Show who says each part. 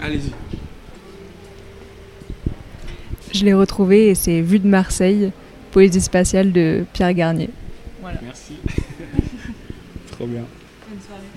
Speaker 1: Allez-y.
Speaker 2: Je l'ai retrouvé et c'est Vue de Marseille, poésie spatiale de Pierre Garnier.
Speaker 1: Merci. Trop bien.